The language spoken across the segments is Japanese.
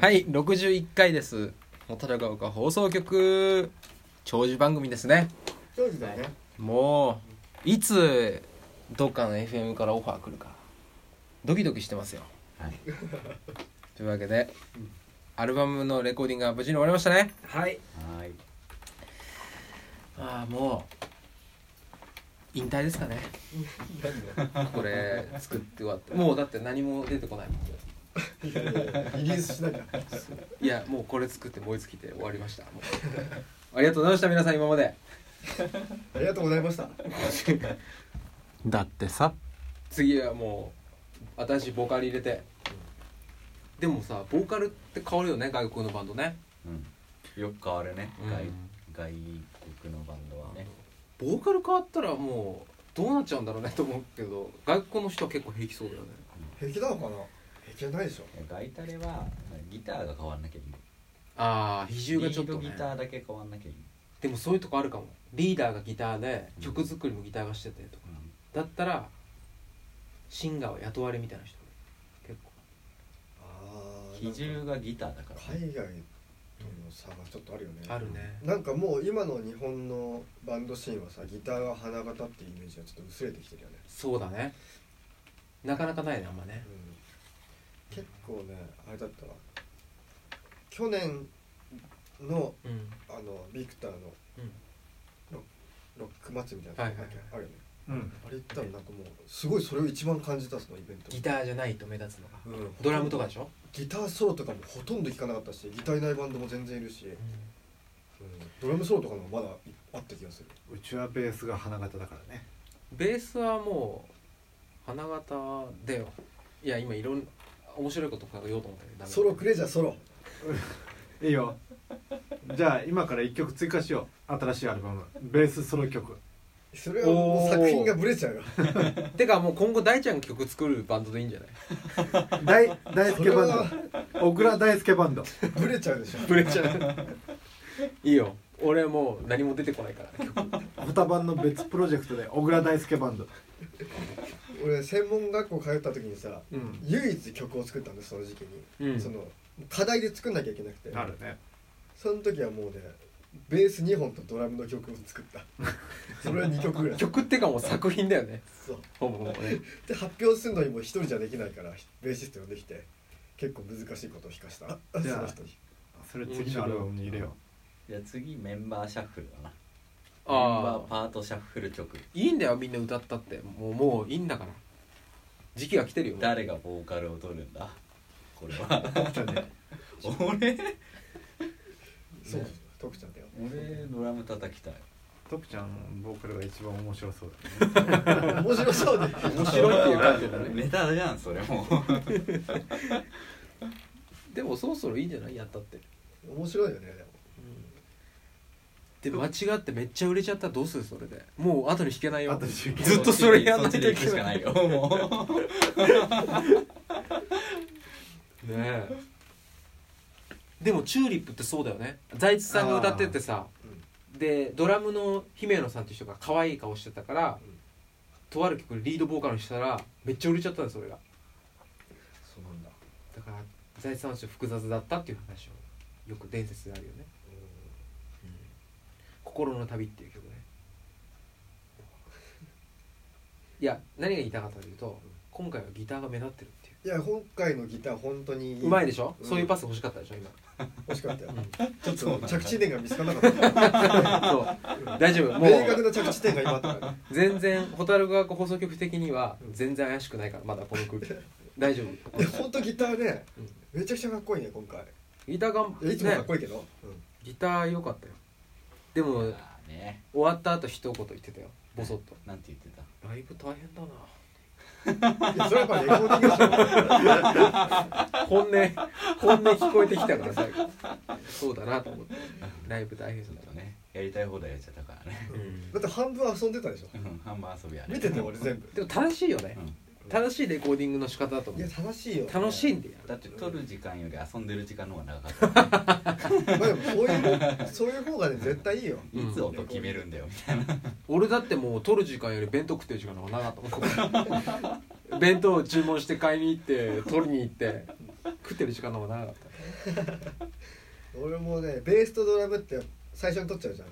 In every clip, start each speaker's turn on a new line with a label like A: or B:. A: はい61回です蛍ヶ丘放送局長寿番組ですね
B: 長寿だね
A: もういつどっかの FM からオファー来るかドキドキしてますよ、
C: はい
A: というわけでアルバムのレコーディングが無事に終わりましたね
B: はい
C: はい。
A: ああもう引退ですかねこれ作って終わってもうだって何も出てこないもん
B: リリースしなきゃ
A: いやもうこれ作って燃え尽きて終わりましたもうありがとうございました皆さん今まで
B: ありがとうございました
C: だってさ、
A: 次はもう私ボーカル入れてでもさボーカルって変わるよね外国のバンドね
C: うん、よく変わるね、
A: うん
C: 外外国のバンドはね。
A: ボーカル変わったらもうどうなっちゃうんだろうねと思うけど外国の人は結構平気そうだよね
B: 平気なのかな平気じゃないでしょ
C: ガイタレはギターが変わんなきゃいい。
A: ああ比重が
C: リ
A: ちょっ
C: ー
A: と、
C: ドギ
A: ね、
C: ターだけ変わんなきゃいい。
A: でもそういうとこあるかもリーダーがギターで
C: うん
A: 曲作りもギターがしててとかだったらシンガーは雇われみたいな人が結構
B: あー
C: 比重がギターだから。
B: 海外との差がちょっとあるよね
A: あるね
B: なんかもう今の日本のバンドシーンはさギターが花形っていうイメージがちょっと薄れてきてるよね、
A: そうだねなかなかないねあんまね
B: うん、結構ねあれだったわ去年の
A: うん
B: あのビクターの
A: うん
B: ロック祭りみたいなの
A: はいはいはい
B: あるよね
D: うん、
B: あれ行ったらなんかもうすごいそれを一番感じたそのイベント
A: ギターじゃないと目立つのが
B: うん
A: ドラムとかでしょ、
B: ギターソロとかもほとんど聴かなかったしギターいないバンドも全然いるし、ドラムソロとかの方がまだあった気がする
D: うちはベースが花形だからね
A: ベースはもう花形だよいや今いろん面白いこと考えようと思ったけどダメ
B: ソロくれじゃソロ
D: いいよじゃあ今から1曲追加しよう新しいアルバムベースソロ曲
B: それは
A: お
B: も
A: ー
B: う作品がブレちゃうよ
A: てかもう今後大ちゃんが曲作るバンドでいいんじゃない
D: 大大
B: そ
D: 輔
B: れ
D: バン
B: は
D: ド小倉大輔バンド
B: ブレちゃうでしょ
A: ブレちゃ ういいよ俺もう何も出てこないから曲
D: ホタバンの別プロジェクトで小倉大輔バンド
B: 俺専門学校通った時にさ
A: うん
B: 唯一曲を作ったんですその時期に、
A: うん
B: その課題で作んなきゃいけなくて
D: ね
B: その時はもうねベース2本とドラムの曲を作った それは2曲ぐらい
A: 曲ってかもう作品だよね
B: そう
A: ほぼほぼね
B: で発表するのにも一人じゃできないからベーシスト呼んできて結構難しいことを弾かしたそ
D: じゃあ
B: の人に
D: それ次のアルバムに入れよ
C: じゃあ次メンバーシャッフルだな。メンバ
A: あ
C: ー
A: あ
C: パートシャッフル曲。
A: いいんだよみんな歌ったってもうもういいんだから時期が来てるよ
C: 誰がボーカルを取るんだ。これは。
D: うだね
C: 俺
B: そう徳ちゃんだよ
C: 俺ドラム叩きたい。
D: 徳ちゃんボーカルが一番面白そうだね
B: 面白そうで
A: 面白いっていう感じだね
C: ネタじゃんそれも
A: でもそろそろいいんじゃないやったって
B: 面白いよねでも
A: で間違ってめっちゃ売れちゃったらどうするそれでもう後に引けないよ
D: あと集 計
A: ずっとそれやんな
C: そっ
A: きゃ
C: ち
A: い
C: で
A: けない
C: 行くしかないよ もう
A: ねえでもチューリップってそうだよね財津さんが歌っててさ、でドラムの姫野さんっていう人が可愛い顔してたから、
B: うん
A: とある曲リードボーカルにしたらめっちゃ売れちゃったんですそれが
B: そうなんだ
A: だから財津さんはちょっと複雑だったっていう話をよく伝説であるよね「心の旅」っていう曲ねいや何が言いたかったかというと今回はギターが目立ってるっていう
B: いや今回のギター本当に
A: うまいでしょ、
B: うん
A: そういうパス欲しかったでしょ今
B: 惜し かったよ
A: うん
B: ちょっと着地点が見つからなかった
A: そう大丈夫も
B: 明確
A: う
B: な着地点が今あっ たからね
A: 全然蛍ヶ丘放送局的には全然怪しくないからまだこの 空気大丈
B: い
A: 夫
B: や本当ギターねめちゃくちゃかっこいいね今回
A: ギターが
B: いやいつもかっ
A: ね
B: こいいけどうん
A: ギター良かったよでも終
C: あーね
A: わった後一言言ってたよボソッと
C: なんて言ってた
A: ライブ大変だ
B: いやそれはやっぱレコーディングでしょ
A: な本音本音聞こえてきたから最後そうだなと思ってライブ大変
C: ち
A: だ
C: ょっ
A: な
C: とねやりたい放題やっちゃったからね
A: うん
B: だって半分遊んでたでしょ
C: うんハンマー遊びやね
B: 見てて俺全部
A: でも正しいよね
C: うん
A: 正しいレコーディングの仕方だと
B: い
A: 思
B: や
A: う
B: 楽しいよ
A: 楽しんでやる
C: だって撮る時間より遊んでる時間の方が長かったね
B: まあでもそういうそういう方がね絶対いいよ
C: いつ音決めるんだよみたいな
A: 俺だってもう取る時間より弁当食ってる時 間の方が長かったもん弁当を注文して買いに行って取りに行って食ってる時間の方が長かった
B: 俺もねベースとドラムって最初に取っちゃうじゃん
A: う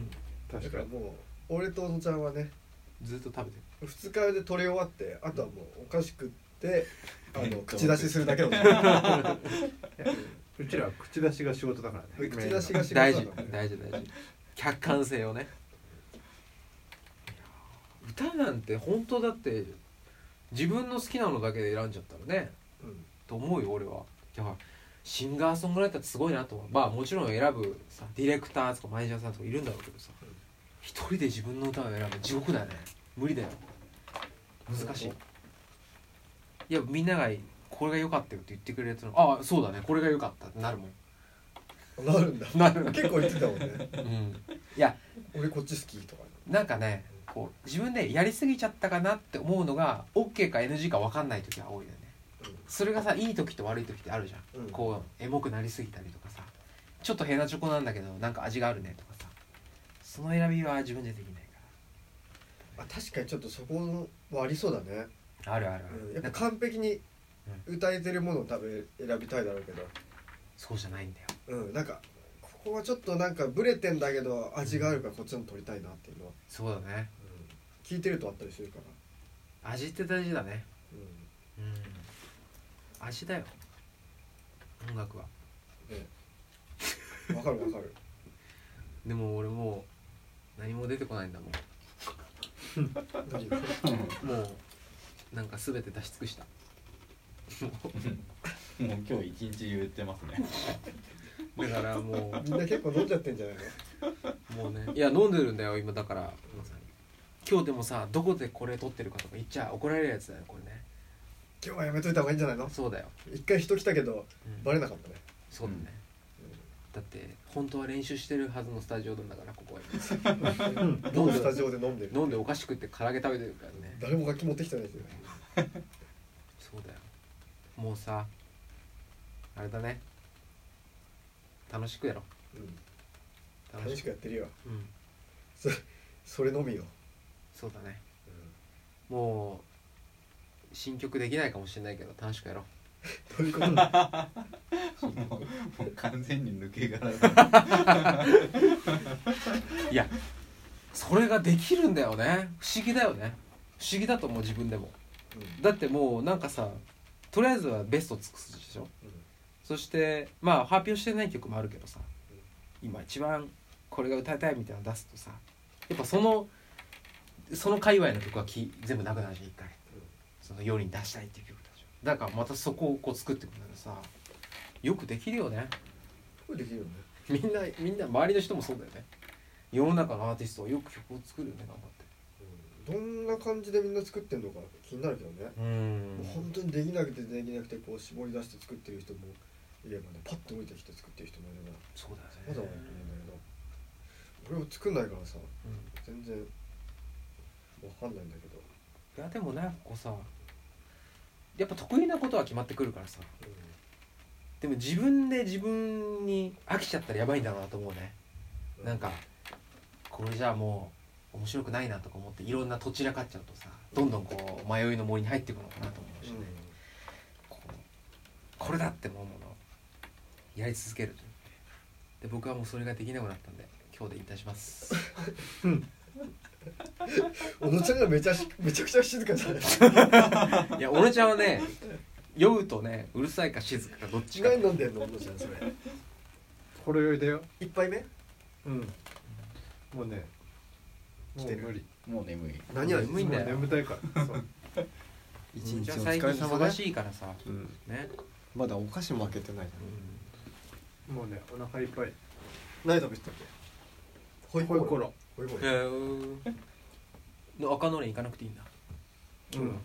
A: ん
D: 確
B: だか
D: からに
B: もう俺と小野ちゃんはね
A: ずっと食べてる
B: 2日で取り終わってあとはもうお菓子食ってあ
C: 弁
B: の
C: 当
B: 口出しするだけの口
D: うちらは口出しが仕事だからね
B: 出しが仕事
A: 大
B: なの
A: 事
B: ね
A: 大事大事客観性をねいやー歌なんて本当だって自分の好きなのだけで選んじゃったらね
B: うん
A: と思うよ俺はだからシンガーソングライターってすごいなと思うまあもちろん選ぶさディレクターとかマネージャーさんとかいるんだろうけどさ
B: うん
A: 一人で自分の歌を選ぶ地獄だよね無理だよ難しいいやみんながこれが良かったよって言ってくれるやつのああそうだねこれが良かったってなるもん
B: なるんだ
A: なる、
B: 結構言ってたもんね
A: うん、いや
B: 俺こっち好きとか
A: なんかねこう自分でやりすぎちゃったかなって思うのが OK か NG か分かんない時が多いよねそれがさいい時と悪い時ってあるじゃん
B: うん
A: こうエモくなりすぎたりとかさちょっとヘナチョコなんだけどなんか味があるねとかさその選びは自分じゃできないか
B: あ確かにちょっとそこはありそうだね、
A: らあるある
B: う
A: あ
B: んや
A: るな
B: っぱ
A: んか
B: 完璧に歌えてるものを多分選びたいだろうけど
A: そうじゃないんだよ
B: うんなんかここはちょっとなんかブレてんだけど味があるからこっちの取りたいなっていうのは、
A: そうだね
B: 聞いてるとあったりするから、
A: 味って大事だね
B: う
A: うん味だよ音楽は
B: ん、わかるわかる
A: でも俺もう何も出てこないんだもん
B: 何
A: もうなんか全て出し尽くした
C: もう今日一日言ってますね
A: だからもう
B: みんな結構飲んじゃってんじゃないの
A: もうね いや飲んでるんだよ今だからまさに今日でもさどこでこれ撮ってるかとか言っちゃ怒られるやつだよこれね
B: 今日はやめといた方がいいんじゃないの
A: そうだよ、
B: 一回人来たけど
A: うん
B: バレなかったね
A: そうだね、だって本当は練習してるはずのスタジオなんだからここは
B: どのスタジオで飲んでる
A: 飲んでお菓子食って唐揚げ食べてるからね
B: 誰も楽器持ってきてないですよね
A: そうだよもうさあれだね楽しくやろ
B: うん
A: 楽
B: 楽
A: し
B: し
A: く
B: くやってるよ
A: うん
B: それのみよ
A: そうだねもう新曲できないかもしれないけど楽しくやろう
B: どういうことだ
C: もうもう完全に抜け殻だ
A: いやそれができるんだよね不思議だよね不思議だと思う自分でも
B: うん
A: だってもうなんかさとりあえずはベストを尽くすでしょそしてまあ発表してない曲もあるけどさ今一番これが歌いたいみたいなの出すとさやっぱそのその界隈の曲はき全部なくなるじゃん一回その世に出したいっていう曲たちだからまたそこをこう作っていくんだけどさよくできるよね
B: これできるよね
A: みんなみんな周りの人もそうだよね世の中のアーティストはよく曲を作るよね頑張って
B: どんな感じでみんな作ってんのか気になるけどね
A: う
B: もうん本当にできなくてできなくてこう絞り出して作ってる人もいればねパッと降りてきて作ってる人もいれば
A: そう
B: ま
A: だ
B: だ
A: よ
B: わ
A: ね
B: かんないんだけど俺は作んないからさ
A: うん
B: 全然わかんないんだけど、
A: いやでもなんかこうさやっぱ得意なことは決まってくるからさでも自分で自分に飽きちゃったらやばいんだろうなと思うねなんかこれじゃあもう面白くないなとか思っていろんなとちらかっちゃうとさどんどんこう迷いの森に入っていくのかなと思うしね、こうこれだって思うものをやり続けるというで僕はもうそれができなくなったんで今日で引退します
B: 小野ちゃんがめちゃしめちゃくちゃ静かじゃない
A: いや俺ちゃんはね酔うとねうるさいか静かかどっちか
B: 違い飲んでんの小野ちゃんそれ
D: ほろ酔いだよ
B: 一杯目
D: うんもうねも
B: 来
D: う
B: てる
D: 無理
C: もう眠い
B: 何味
A: 眠いんだよ
D: もう眠たいからそう、
A: 一日は最近忙しいからさ
D: うん、
A: ね、
B: まだお菓子も開けてない
D: もうねお腹いっぱい
B: 何食べてたっけホイコ
D: ホイコ
B: ーロ
D: ロ
B: ホイコー
A: へ
B: ロ
A: えの赤のれん行かなくていいんだ
D: うん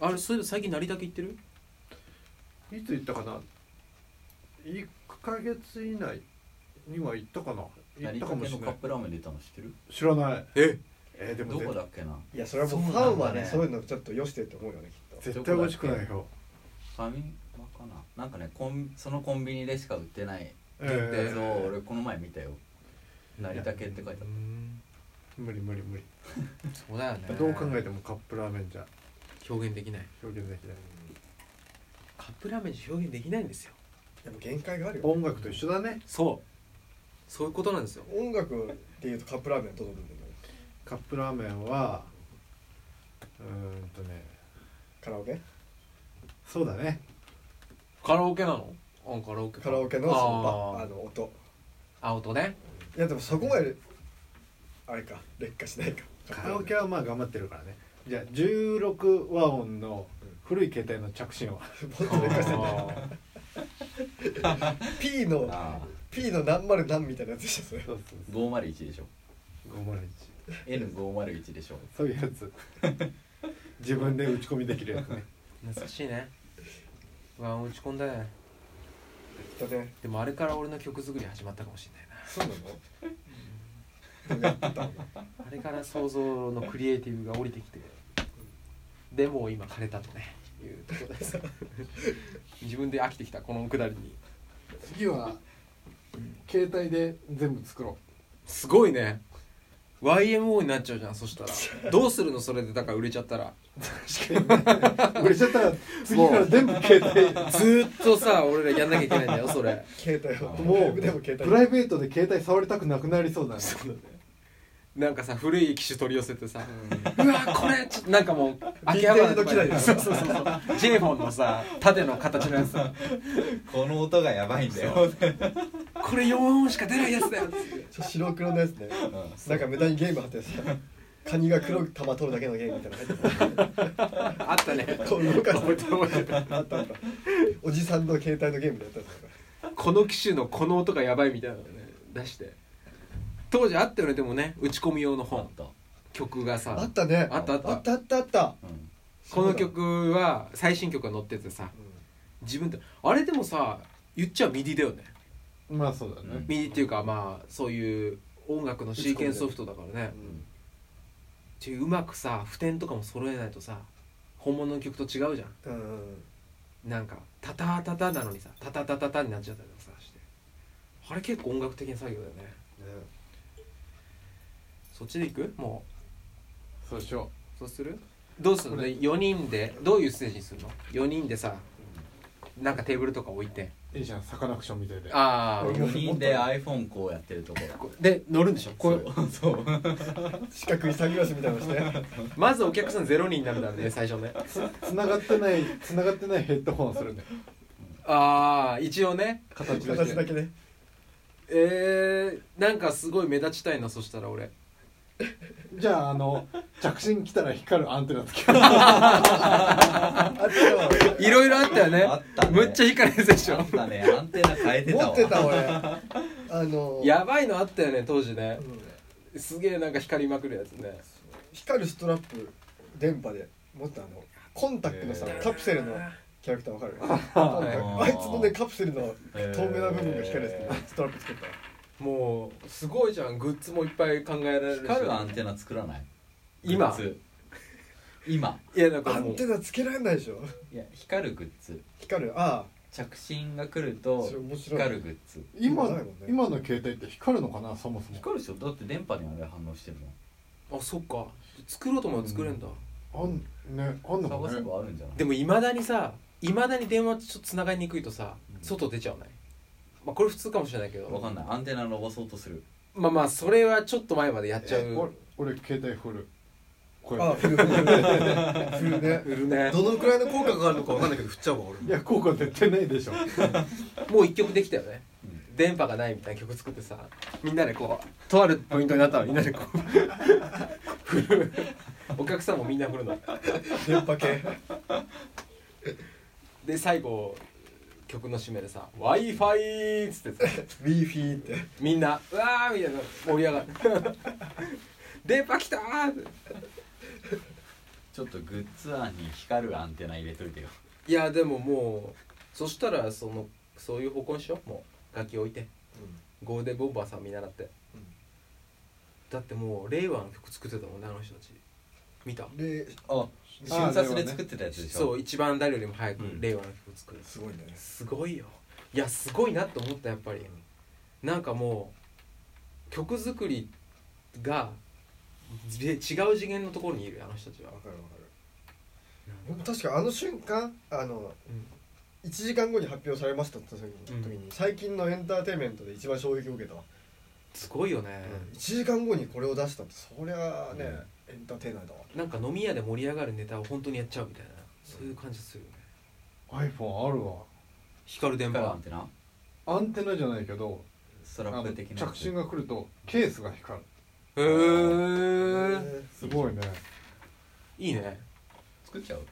A: あれそういえば最近成田行ってる
D: いつ行ったかな1ヶ月以内には行ったかな行っ
C: 成田
D: たか
C: 家
D: もし
C: の
D: れ
C: カ
D: な
C: ッ
D: い
C: プラーメン出たの知ってる
D: 知らない
A: え
D: えー、でも
C: ど
D: ね
C: こだっけない
B: やそれはもうファンはねそういうのちょっとよしてって思うよねきっと
D: 絶対美味しくないよ
C: ファミマかななんかねコンそのコンビニでしか売ってないや
D: え
C: つを俺この前見たよ成田系って書いてある
D: ー、無理無理無理
A: そうだよね
D: どう考えてもカップラーメンじゃ
A: 表現できない
D: 表現できない
A: カップラーメンじゃ表現できないんですよ
B: やっぱ限界があるよ
D: 音楽と一緒だね
A: そうそういうことなんですよ
B: 音楽っていうとカップラーメンはどの部分だろう
D: カップラーメンはうーんとね
B: カラオケ
D: そうだね
A: カラオケなのうんカラオケ
B: カラオケのその
A: あ
B: 場
A: ー
B: あの音
A: 青とね
B: いやでもそこまであれか劣化しないか
D: カラオケはまあ頑張ってるからねじゃあ16和音の古い携帯の着信音
B: もっと劣 化してな
A: あ
B: い
A: ー
B: P の
C: あ
B: P の何丸何みたいなやつでしたそれ
D: そうそう
C: あ501でしょ
D: そう501
C: N501 でしょ
D: そういうや つ自分で打ち込みできるやつね
A: 懐かしいねうわ落ち込んだね
B: だね
A: でもあれから俺の曲作り始まったかもしれないな
B: そうなのどうやってたの
A: あれから想像のクリエイティブが降りてきてでもう今枯れたとねいうところです 自分で飽きてきたこのくだりに
D: 次は携帯で全部作ろ
A: すごいね YMO になっちゃうじゃんそしたらどうするのそれでだから売れちゃったら
D: う俺ちゃったら次から全部携帯
A: ずーっとさ俺らやんなきゃいけないんだよそれ
B: 携帯を
D: もう
B: でも携
D: プラ
B: 帯
D: イベートで携帯触りたくなくなりそうだね
A: なんかさ古い機種取り寄せてさうわこれちょっとなんかもう
B: 任天堂機
A: ない
B: 内だ
A: そうそうそうそう J フォンのさ縦の形のやつさ
C: この音がやばいんだよ、
A: これ4音しか出ないやつだよ
B: ちょ白黒のやつね
C: うん
B: なんか無駄にゲーム貼ってさカニが黒い玉取るだけのゲームみたいなの入って た
A: あったね
B: こう動かしてあったあったおじさんの携帯のゲームでやったんですか
A: この機種のこの音がやばいみたいなのね出して当時あったよねでもね打ち込み用の
C: あ
A: 本
C: った
A: 曲が
B: あ
A: さ
B: ったね
A: あったあった
B: あったあったあった
C: うん
A: この曲は最新曲が載っててさ自分であれでもさ言っちゃミディだよね
D: まあそうだね、
A: ミディっていうかまあそういう音楽のシーケンスソフトだからね
B: う
C: うん
B: ん
A: っていううまくさ譜点とかも揃えないとさ本物の曲と違うじゃん
B: うん
A: なんかタタタタなのにさタタタタタになっちゃったりとかさしてあれ結構音楽的な作業だよねそっちでいくも
D: そうしよ
A: うそうするどうするの
D: これ
A: 4人でどういうステージにするの4人でさなんかテーブルとか置いて
D: ういいじゃんサカナクションみたいで
A: あ
B: 俺
A: あ
B: も
C: 4人で iPhone こうやってるところ
A: で乗るんでしょこう
C: そうそう
B: 四角いサングラスみたいなのして
A: まずお客さんゼロ人になるんだね最初ね
D: つながってないつながってないヘッドホンするね
A: ああ一応ね
D: 形だ
B: 形だ
D: け
B: けね
A: えー、なんかすごい目立ちたいなそしたら俺
D: じゃああの着信来たら光るアンテナつける
B: あったわ
A: いろいろあったよね
C: あったね
A: むっちゃ光るでし
C: あ
A: ょ
C: ったねアンテナ変えてた
B: 持
C: わ
B: ってた俺あの
A: やばいのあったよね当時ね
B: うん
A: すげえなんか光りまくるやつね
B: 光るストラップ電波で持ったあのコンタクトのさ
D: えー
B: カプセルのキャラクターわかるコンタク トあいつのねカプセルの
C: へー
B: 透明な部分が光るやつねストラップ作った
A: もうすごいじゃんグッズもいっぱい考えられるし
C: 光るアンテナ作らない
A: 今
C: グッズ今
A: いやなんか
B: ア
A: も
B: ン
A: う
B: テナつけられないでしょ
C: いや光るグッズ
B: 光るあ
C: 着信が来る
B: あ
C: と
B: それ面白い
C: 光るグッズ
D: 今
B: 今ないもんね
D: 今の携帯って光るのかなそもそも
C: 光るでしょだって電波にあれ反応してる
A: あそっか作ろうと思えば作れんだ、
D: あんねあんの
C: の探
D: か
C: せ
D: ね
C: ばあるんじゃない
A: でもいまだにさいまだに電話ちょっとつながりにくいとさ
C: うん
A: 外出ちゃうね、まあ、これ普通かもしれないけど
C: わかんないアンテナ伸ばそうとする
A: まあまあそれはちょっと前までやっちゃ
D: え俺
A: う
D: 俺携帯振るこ
B: ああ
D: れ
B: 振る振る振るね
A: 売るね
B: どのくらいの効果があるのかわかんないけど振っちゃうわ俺
D: いや効果絶対ないでしょ
A: もう一曲できたよね
C: うん
A: 電波がないみたいな曲作ってさみんなでこうとあるポイントになったらみんなでこう振る お客さんもみんな振るの
B: 電 波系
A: で最後曲の締めでさ「w i f i っつってさ
B: Wi-Fi って
A: みんな「うわー」みたいな盛り上がる 電波来たーって
C: ちょっとグッズ案に光るアンテナ入れといてよ
A: いやでももうそしたらそのそういう方向にしようもう楽器置いてゴールデンボンバーさん見習って、
B: うん
A: だってもう令和の曲作ってたもんねあの人たち見た
B: で
C: あ瞬殺で作ってたやつでしょ
A: そう一番誰よりも早く
C: うん
A: 令和の曲作る、
B: すごいね
A: すごいよいやすごいなと思ったやっぱり、なんかもう曲作りがで違う次元のところにいるあの人たちは
B: わ、かるわかる確かあの瞬間あの
A: うん
B: 1時間後に発表されましたって時に、
A: う
B: 最近のエンターテインメントで一番衝撃を受けたわ、
A: すごいよね、
B: 1時間後にこれを出したってそりゃあね、エンターテイナーだわ
A: なんか飲み屋で盛り上がるネタを本当にやっちゃうみたいなそういう感じするよね
D: iPhone あるわ
A: 光る電
C: 光るア
A: 波
C: ンテナ
D: アンテナじゃないけど
C: ス
D: あ
C: ラッ
D: の
C: プ的な
D: 着信が来るとケースが光る
A: へえー、
B: え
D: すごいね
A: いいね
C: 作っちゃう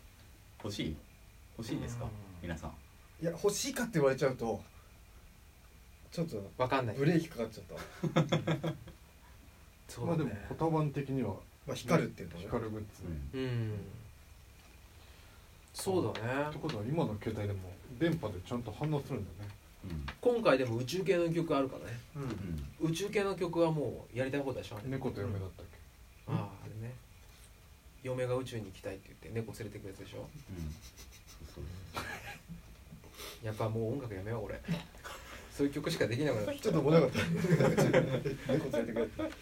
C: 欲しい欲しいですか
A: うん
C: 皆さん
B: ーいや欲しいかって言われちゃうとちょっと
A: わかんない
B: ブレーキかかっちゃったわ、
A: そう
D: ま
A: だ
D: あでも
A: ね
D: 言葉的には
B: まあ、光るっていうのはね
D: 光るグッズ、
C: うん
A: うんそうだ
D: っ
A: ね
D: てことは今の携帯でも電波でちゃんと反応するんだね
C: うん
A: 今回でも宇宙系の曲あるからね
B: うん
C: うん
A: 宇宙系の曲はもうやりたい放題しょ、ね、
D: 猫と嫁だったっけ
A: あああれね嫁が宇宙に行きたいって言って猫連れてくやつでしょ
C: うんそう
A: やっぱもう音楽やめよう俺そういう曲しかできなくなっ
B: ち
A: ち
B: ょ
A: ゃ
B: っ
A: う
B: ともなかった猫連れてくれて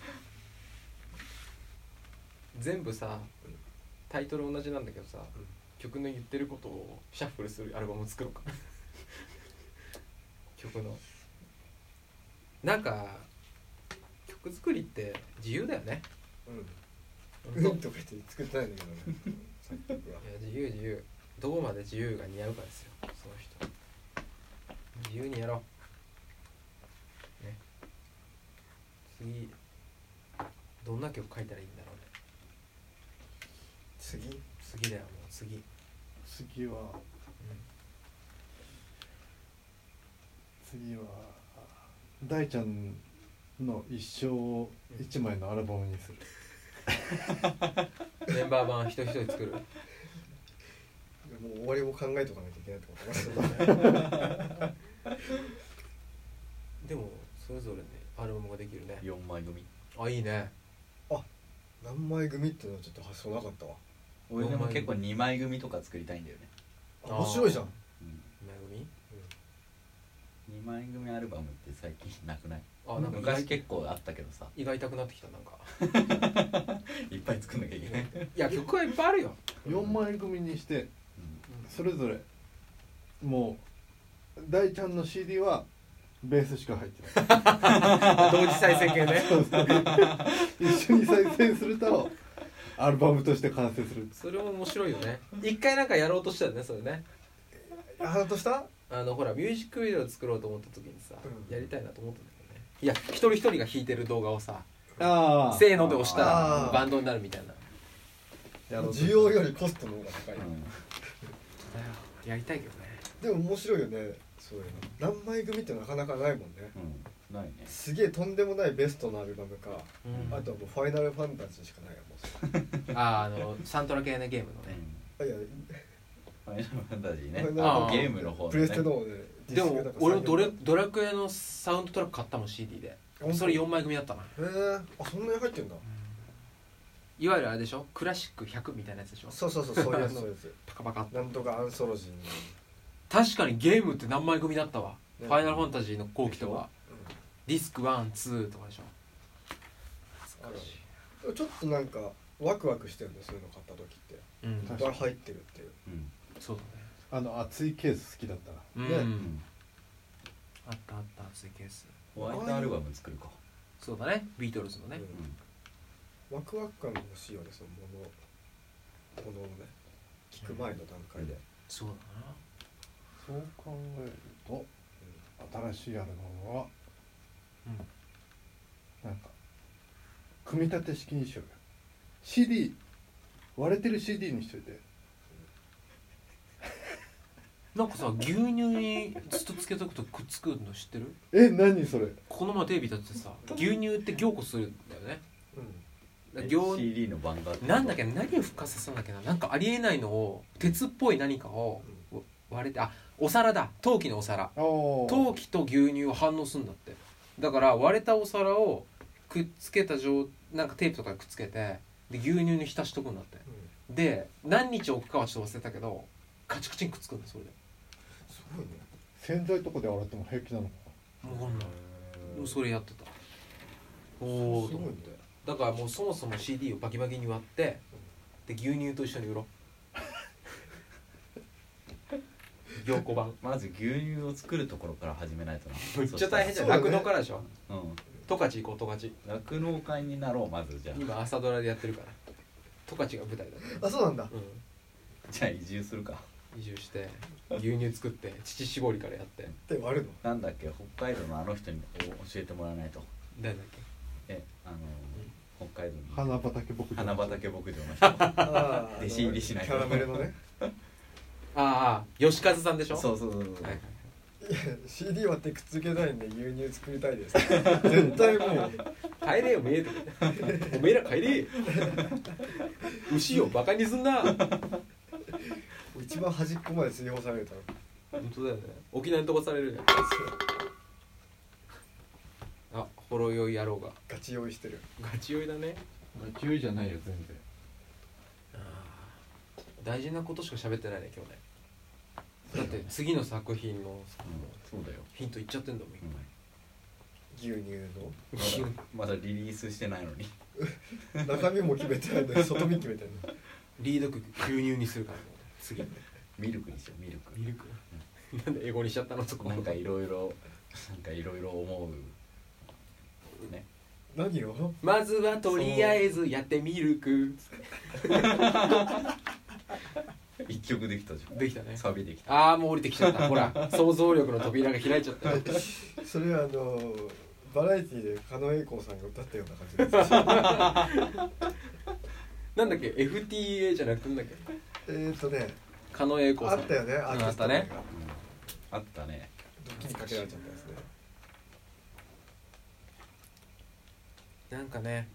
A: 全部さタイトル同じなんだけどさ、
B: ん
A: 曲の言ってることをシャッフルするアルバム作ろうか 曲のなんか曲作りって自由だよね
B: うんうんとか言って作ってないんだけどね作曲は
A: や
B: い
A: 自由自由どこまで自由が似合うかですよその人自由にやろうね次どんな曲書いたらいいんだろうね
B: 次
A: 次だよもう次
D: 次は次は大ちゃんの一生を一枚のアルバムにする
A: メンバー版一人一人作る
B: もう終わりを考えとかなきゃいけないってことね
A: でもそれぞれねアルバムができるね
C: 4枚組
A: あいいね
B: 何枚組っていうのはちょっと発想なかったわ
C: 俺でも結構2枚組とか作りたいんだよね、
B: あ面白いじゃん
C: うん
A: 今組
C: 2枚組アルバムって最近なくない
A: あなんか意外
C: 昔結構あったけどさ
A: 胃が痛くなってきたなんか
C: いっぱい作んなきゃいけない、
A: いや曲はいっぱいあるよ
D: 4枚組にしてそれぞれもう大ちゃんの CD はベースしか入ってない
A: 同時再生系ね
D: 一緒に再生するとアルバムとして完成する
A: それも面白いよね一回なんかやろうとしたよねそれね
B: あハートした
A: あのほらミュージックビデオ作ろうと思った時にさ、
B: うん
A: やりたいなと思ったんだけどねいや一人一人が弾いてる動画をさ
D: あ
A: せーので押した
B: あ
A: ら
B: ー
A: バンドになるみたいな
B: 需要よりコストの方が高い、
C: うん
A: やりたいけどね
B: でも面白いよねそういうの何枚組ってなかなかないもんね
C: うん、ないね
B: すげえとんでもないベストのアルバムか、
A: うん
B: あとはもうファイナルファンタジーしかないよもうそ
A: あーあのサントラ系のゲームの
C: う
A: ね
C: ん
B: れいや
C: ファイナルファンタジーね
B: ファイナル
A: ファンタジー
C: ゲームの方
B: プレステの方で、ね、
A: で
B: ディスク
A: も
B: だから
A: 俺もドレ
B: へ
A: ドラクエのサウンドトラック買ったもん CD で
B: 本当
A: それ4枚組だったな
B: えー、あそんなに入ってんだ
A: いわゆるあれでしょクラシック100みたいなやつでしょ
B: そうそうそうそういうや
A: あ
B: つ
A: の
B: そういうやつ
A: パカパカ
B: なんとかアンソロジーの
A: 確かにゲームって何枚組だったわ、
B: ね
A: ファイナルファンタジーの後期とは、
B: うん
A: ディスク12とかでしょ
B: あるあるちょっとなんかワクワクしてるねそういうの買った時ってい
A: うん
B: っぱい入ってるっていう
C: うん
A: そうだね
D: あの熱いケース好きだったな
A: うん、
B: ね
C: うん
A: あったあった熱いケース
C: ホワイトアルバム作るか、
A: そうだねビートルズのね、
B: うん
C: うん
B: ワクワク感が欲しいよねそのものものをね聞く前の段階で、
A: そうだな
D: そう考えると新しいアルバムは
A: うん
D: なんか組み立て式にしようよ CD 割れてる CD にしといて
A: なんかさ牛乳にずっとつけとくとくっつくの知ってる
D: え何それ
A: この前テレビだってさ牛乳って凝固するんだよね
B: う
A: だ
B: ん
C: え
A: から凝
C: CD の版が
A: なんだっけ何を復活させたんだっけななんかありえないのを鉄っぽい何かを割れてあお皿だ陶器のお皿
D: ああ
A: 陶器と牛乳を反応するんだってだから割れたお皿をくっつけた状なんかテープとかでくっつけてで牛乳に浸しとくんだって
B: うん
A: で何日置くかはちょっと忘れたけどカチカチにくっつくんだそれです
B: ごいね
D: 洗剤とかで洗っても平気なのか
A: 分かんないでもそれやってたおお
B: すごいね
A: だからもうそもそも CD をバキバキに割 ってで牛乳と一緒に売ろう凝固版
C: まず牛乳を作るところから始めないとな
A: めっちゃ大変じゃん
B: そうだね
A: 酪農、からでしょ
C: ゃんうん
A: 十勝行こう十勝
C: 酪農家になろうまずじゃあ
A: 今朝ドラでやってるから十勝が舞台だね、
B: あそうなんだ
A: う
C: じゃあ移住するか
A: ん、移住して牛乳作って乳搾りからやって
B: で割る
C: なんだっけ北海道のあの人にお教えてもらわないと
A: 誰だっけ
C: えあの北海道の
D: 花畑僕
C: 花畑牧場の人
B: のあー
C: 弟子入りしない
B: キャラメルのね
A: ああ吉和さんでしょ
C: そうそうそうそう、
A: はいはい
B: CD 割ってくっつけたいんで牛乳作りたいです絶対もう
A: 帰れよ見えておめえら帰 れ牛をバカにすんな
B: 一番端っこまで追放されるだろ
A: 本当だよね沖縄に飛ばされるねあほろ酔い野郎が
B: ガチ用意してる
A: ガチ酔いだね
D: 注意じゃないよ全然
A: 大事なことしか喋ってないね今日ねだって次の作品の
C: うん、そうだよ、
A: ヒント言っちゃってんだもん
C: うん
B: 牛乳
C: まだまだリリースしてないのに
B: の中身も決めてないのに外身決めてるの
A: リード曲牛乳にするからね次
C: ミルクにしようミルク
A: ミルクなんで英語にしちゃったのそこ
C: なんかいろいろなんかいろいろ思うね
B: 何を
A: まずはとりあえずやってミルク
C: 一曲できたじゃん
A: できたね
C: サビできた
A: ああもう降りてきちゃったほら想像力の扉が開いちゃったよ
B: それはあのバラエティーで狩野英孝さんが歌ったような感じです
A: なんだっけ FTA じゃなくてなんだっけ
B: えーっとね
A: 狩野英孝
B: あ
A: さん
B: ったよねアーティスト名が
C: あったね
B: ドッキリかけられちゃったですね
A: なんかね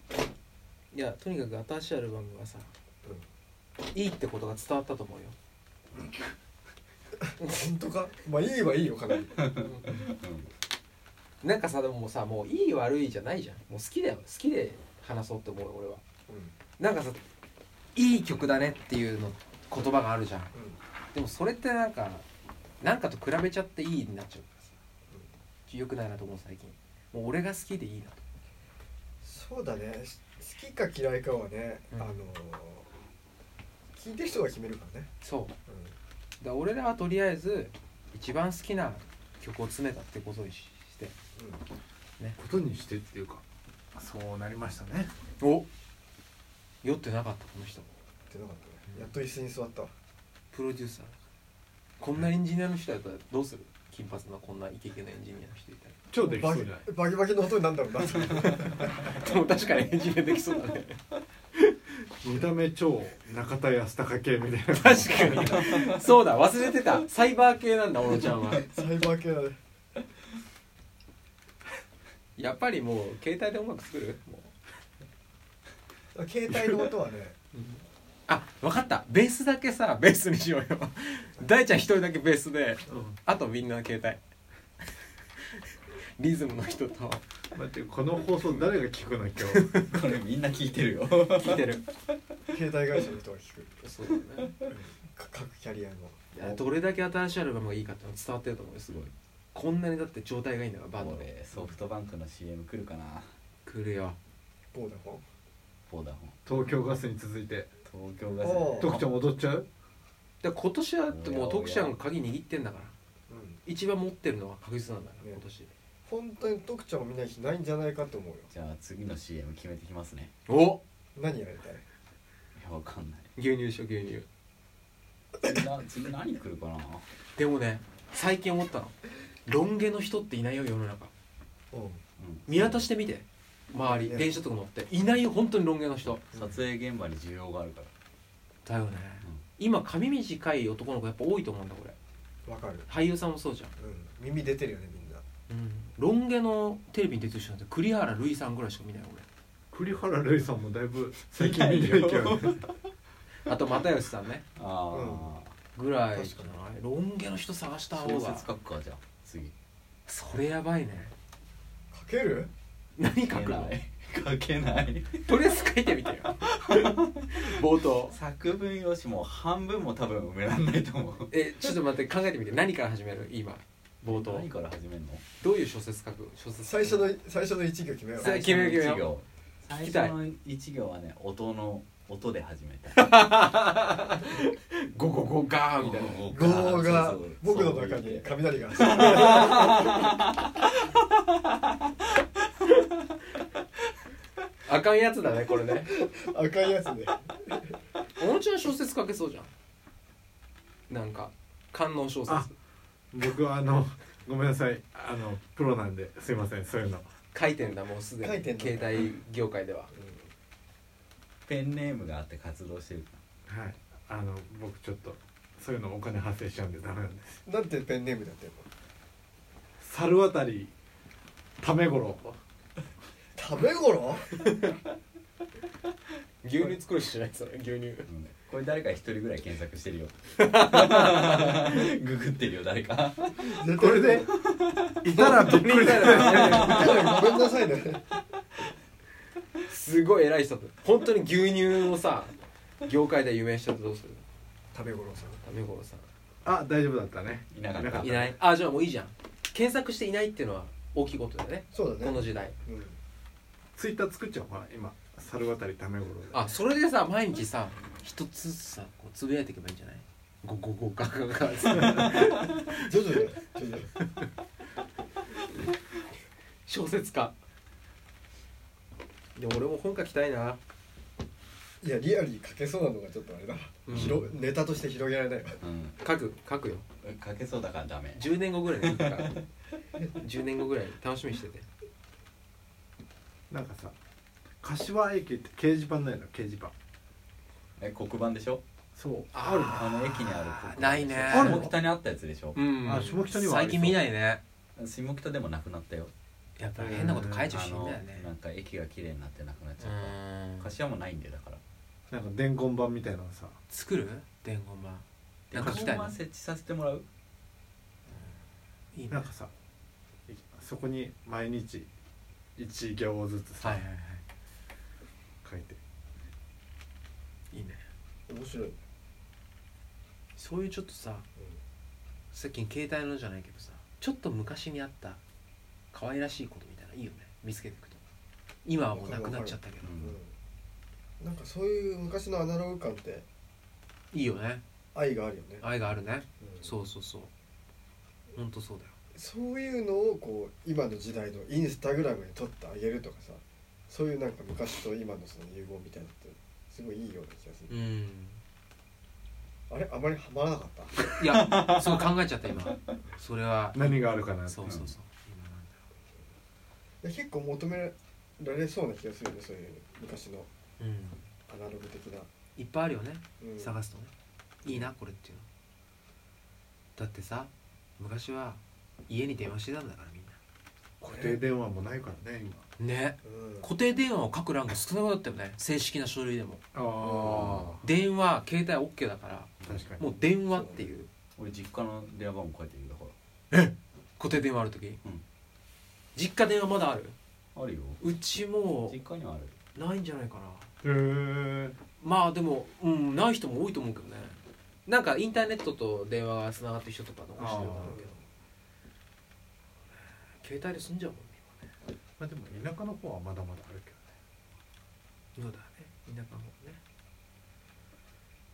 A: いやとにかく新しいアルバムがさ、いいってことが伝わったと思うよ
B: 本当かまあいいはいいよかなり
A: なんかさでももうさもういい悪いじゃないじゃんもう好きだよ好きで話そうって思うよ俺はなんかさいい曲だねっていうの言葉があるじゃんでもそれってなんかなんかと比べちゃっていいになっちゃうからさよくないなと思う最近もう俺が好きでいいなと
B: そうだねし好きか嫌いかはね、
A: うん
B: あの聞いてる人が決めるからね、
A: そう
B: うん
A: だから俺らはとりあえず一番好きな曲を詰めたってことにしして
D: ことにしてっていうかそうなりましたね
A: お酔ってなかったこの人
B: ってなかったね、やっと椅子に座ったわ
A: プロデューサーこんなエンジニアの人だったらどうする金髪のこんなイケイケなエンジニアの人いたら
D: 超
B: バキバキバキの音になるんだろうな と
A: でも確かにエンジニアできそうだね
D: 見た目超中田康隆系みたい
A: 確
D: な
A: かにそうだ忘れて たサイバー系なんだ小野ちゃんは
B: サイバー系 だね
A: やっぱりもう携帯で音楽作るもう
B: 携帯の音はね
A: あ分かったベースだけさベースにしようよ大ちゃん一人だけベースであとみんな携帯リズムの人と
D: 待ってこの放送誰が聞くの今
C: これみんな聞いてるよ
A: 聞いてる
B: 携帯会社の人が聞く
A: そうだね
B: か各キャリアの
A: いやどれだけ新しいアルバムがいいかってのが伝わってると思うよすご いこんなにだって状態がいいんだからバンドで
C: 俺ソフトバンクの CM 来るかな
A: 来るよ
B: ボーダフォン
C: ボーダフ
D: 東京ガスに続いて
C: ォン東京ガ
B: おー
C: ス
D: 徳ちゃん踊っちゃう
A: で今年はだってもう
C: おやおや
A: 徳ちゃんが鍵握ってんだから
B: うん
A: 一番持ってるのは確実なんだから
B: ね
A: 今年
B: 本当に徳ちゃんを見ない日ないんじゃないかと思うよ
C: じゃあ次の CM 決めてきますね
A: お
B: 何やりたい
C: いやわかんない
A: 牛乳でしょ牛乳
C: 次な次何来るかな
A: でもね最近思ったのロン毛の人っていないよ世の中
B: う
A: 見渡してみて周り
B: ね
A: 電車とか乗っていないよ本当にロン毛の人
C: 撮影現場に需要があるから
A: だよね今髪短い男の子やっぱ多いと思うんだこれ
B: んわかる
A: 俳優さんもそうじゃん
B: うん耳出てるよねみんな
A: ロン毛のテレビに出てる人なんて栗原類さんぐらいしか見ない俺
D: 栗原瑠衣さんもだいぶ最近見ないけどね
A: あと又吉さんね
C: あ
A: ぐらい
B: 確
A: じ
B: か
A: ゃないロン毛の人探した
C: あ
A: 方
C: 小
A: が
C: 説書くかじゃあ次
A: それやばいね
B: かける
A: 何書
C: 書
A: く
C: け
A: の
C: ない 書けない
A: とりあえず書いてみてよ 冒頭
C: 作文用紙も半分も多分埋めらんないと思う
A: えちょっと待って考えてみて何から始める今冒頭
C: 何から始めるの
A: どういう小説書く小説
B: 最初の最初の一行決めよう
A: さ決めよう決めよう
C: 最初の一行最初の一行はね音の音で始めた
A: ゴゴゴガーみたいな
B: ゴー が僕の中に
C: で
B: 雷が
A: あかんやつだねこれね
B: 赤いやつで
A: 小野ちゃん小説書けそうじゃんなんか観音小説
D: あ 僕はあのごめんなさいあのプロなんですいませんそういうの
A: 書いてんだもうすで
B: 書いてん
A: に
B: の
A: 携帯業界では
C: ペンネームがあって活動してる
D: はいあの僕ちょっとそういうのお金発生しちゃうんでダメなんです
B: なんてペンネームだったの
D: 猿渡りためごろ
B: 食べ頃
A: 牛乳作る人じゃないですよね牛 乳
C: うんこれ誰か一人ぐらい検索してるよググってるよ誰か
D: これでいたらびっくりだ
B: ごめんなさいね
A: すごい偉い人だ本当に牛乳をさ業界で有名な人ってどうする
B: 食べ頃さん
A: ダメゴロさん
D: あ大丈夫だったね
C: いなかった
A: いないあじゃあもういいじゃん検索していないっていうのは大きいことだよね
B: そうだ
A: こ
B: ね
A: の時代
B: うん
D: ツイッター作っちゃおうほら今猿渡りためごろで
A: あそれでさ毎日さ一つずつさこうつぶやいていけばいいんじゃないゴゴゴガガガガ
B: 徐々に徐々に
A: 小説家でも俺も本書きたいな、
B: いやリアルに書けそうなのがちょっとあれだわ、
A: うん
B: 広ネタとして広げられないわ
C: うん
A: 書く書くよ
C: かけそうだからダメ
A: 10年後ぐらいに書くから10年後ぐらい楽しみにしてて
D: なんかさ柏駅って掲示板ないの掲示板
C: え黒板でしょ
D: そう
A: ある
C: あの駅にある黒板でしょ
A: ないね
D: あるの
C: 下北にあったやつでしょ
A: うん
D: あ下北にはありそう
A: 最近見ないね
C: 下北でもなくなったよ
A: やっぱ変なこと書いちゃう
C: あ
A: 人いん
C: の
A: だよね
C: なんか駅が綺麗になってなくなっちゃ
A: う
C: った
A: ん
C: 柏もないんだよだから
D: なんか伝言版みたいなのさ
A: 作る伝言版なんか来た
C: 柏
A: い
C: は
A: ね
C: 設置させてもらう
A: いいね
D: な
A: は
D: んかさそこに毎日1行ずつ
A: い
D: さ、
A: はいは
D: 書いて
A: いいいね
B: 面白い
A: そういうちょっとささっきの携帯のじゃないけどさちょっと昔にあった可愛らしいことみたいないいよね見つけていくと今はもうなくなっちゃったけど
C: う
B: うんんなんかそういう昔のアナログ感って
A: いいよね
B: 愛があるよね、
A: 愛があるね
B: うん
A: そうそうそうほんとそうだよ
B: そういうのをこう今の時代のインスタグラムに撮ってあげるとかさそういうなんか昔と今のその融合みたいなのってすごいいいような気がす
A: う
B: る、
A: ん
B: あれあまりハマらなかった
A: いやすごい考えちゃった今それは
D: 何があるか なって
A: そうそうそう今なんだ
B: で結構求められそうな気がするよねそういう昔の
A: ろううん
B: アナログ的な、
A: いっぱいあるよね
B: うん、
A: 探すとねいいなこれっていうのだってさ昔は家に電話してたんだからみん
D: 固定電話もないからね今
A: なね
B: うん
A: 固定電話を書く欄が少なくなったよね正式な書類でも
D: あ
A: 電話携帯 OK だから
D: あ確かに
A: もう電話っていう
C: 俺実家の電話番号書いてるよだか
A: 固定電話ある時、
C: ん
A: 実家電話まだある
C: らあるよ
A: うちも
C: 実家にはある
A: うないんじゃないかな
D: へえ
A: まあでもうんない人も多いと思うけどねなんかインターネットと電話がつながってる人とか残してるんだろうけど携帯で済んじゃうもんね
D: まあでも田舎の方はまだまだあるけ
A: そうだね田舎の方ね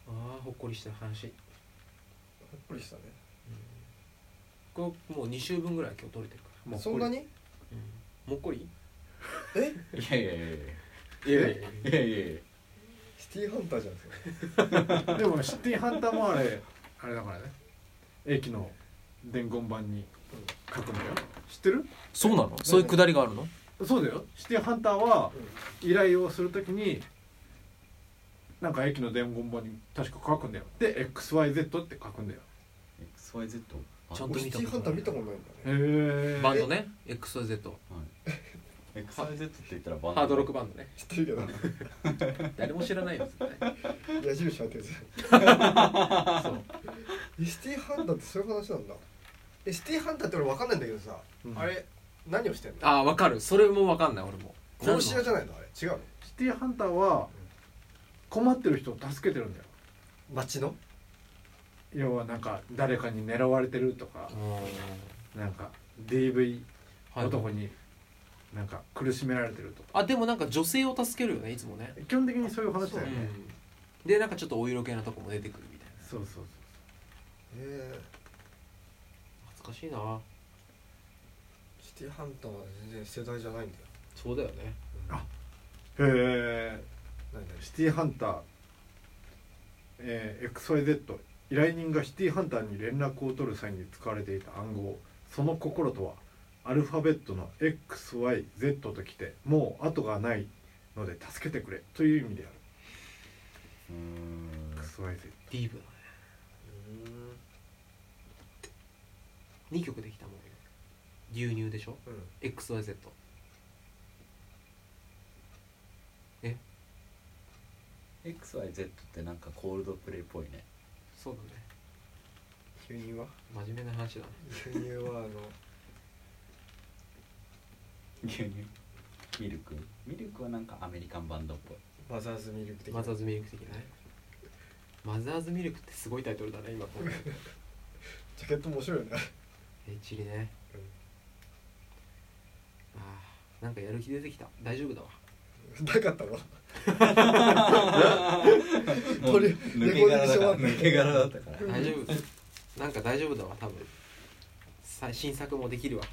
A: ああほっこりした話
B: ほっこりしたね
A: これもう2週分ぐらい今日取れてるか
D: どねもう
B: そんなに
A: ら、もっこり
B: え
C: いやいやいやい
A: いやいやいや
C: やいやいやいや
B: シティハンターじゃんそれ
D: こ れでもシティハンターもあれあれだからね駅の伝言板に書くんだよ知ってる
A: そうなのそういうくだりがあるの
D: そうだよシティハンターは依頼をするときになんか駅の伝言板に確か書くんだよで XYZ って書くんだよ
C: XYZ
A: ちゃんと
B: 俺シ
A: 見
B: テ
A: た
B: ィ
A: こと
B: ハンター見たことないんだね
D: へえ
A: バンドね XYZ
C: はい XYZ って言ったらバンド
A: ハードロックバンドね
B: 知ってるけど
A: 誰も知らないよ絶対
B: 矢印当てず
A: そう
B: シティハンターってそういう話なんだえシティハンターって俺分かんないんだけどさ、
D: うん
B: あれ何をしてんの
A: ああ分かるそれも分かんない俺も
B: 殺し屋じゃないのあれ違うの
D: シティハンターは困ってる人を助けてるんだよ
B: 街の
D: 要はなんか誰かに狙われてるとか
A: 何の
D: なんか DV
A: うんはい
D: 男に
E: なんか苦しめられてると
A: あでもなんか女性を助けるよねいつもね、
E: 基本的にそういう話だよ
A: う
E: ね
A: ん、でなんかちょっとお色気なとこも出てくるみたいな
E: そうそうそう
B: え
A: 懐かしいな
B: シティハンターは全然世代じゃないんだよ
A: そうだよね
D: え
B: 何々
D: ー、シティハンター、えー、XYZ 依頼人がシティハンターに連絡を取る際に使われていた暗号その心とはアルファベットの XYZ ときてもう後がないので助けてくれという意味であ
C: うーん
D: る XYZ
A: ディープなね
B: う
A: 2曲できたもん牛乳でしょ
B: ーんうん
A: XYZ え
C: XYZ ってなんかコールドプレイっぽいね
A: そうだね
B: 牛乳は
A: 真面目な話だね
B: 牛乳はあの
C: 牛乳ミルクミルクはなんかアメリカンバンドっぽ い
B: マザーズミルク的な
A: マザーズミルク的なねマザーズミルクってすごいタイトルだね今こ う
B: ジャケット面白いよね
A: えチリね
B: うん
A: あーなんかやる気出てきた大丈夫だわ
B: なかったわ
C: もう
B: これ
C: 抜け殻だから
B: レコーディングし終わった
C: 抜け殻だった から
A: 大丈夫なんか大丈夫だわ多分さ新作もできるわ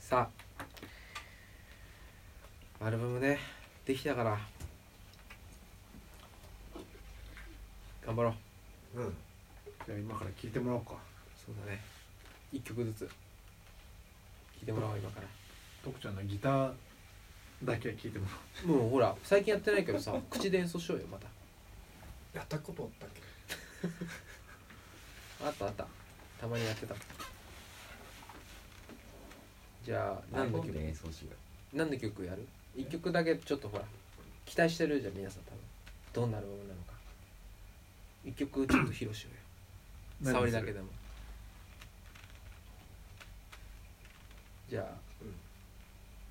A: さあアルバムねできたから頑張ろう
B: うん
D: じゃあ今から聞いてもらおうか
A: そうだね一曲ずつ聴いてもらおう今から
D: 徳ちゃんのギターだけ聞いてもら
A: もうほら最近やってないけどさ口で演奏しようよまた
B: やったことあったっけ
A: あったあったたまにやってたじゃあ何の
C: 日
A: 曲
C: 本で演奏しよ
A: 何の曲やる一曲だけちょっとほら期待してるじゃん皆さん多分どんなアルバムなのか一曲ちょっと披露しようよ
D: 何
A: 触り
D: にする
A: だけでもじゃあ、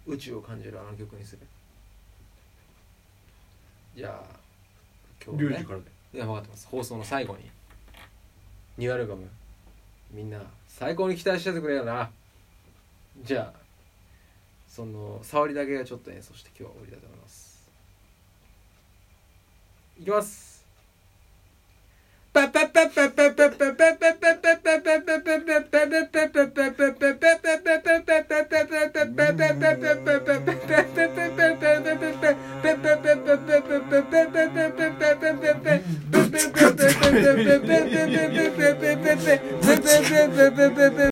A: 宇宙を感じるあの曲にするじゃあ今
D: おう
A: 日はね
D: リュウジからで
A: いや分かってます放送の最後にニューアルバムみんな最高に期待しててくれよなじゃあその触りだけがちょっと演奏して今日は終わりだと思いますいきますパパパパパパパパパパパパパパパパパパパパパパパパ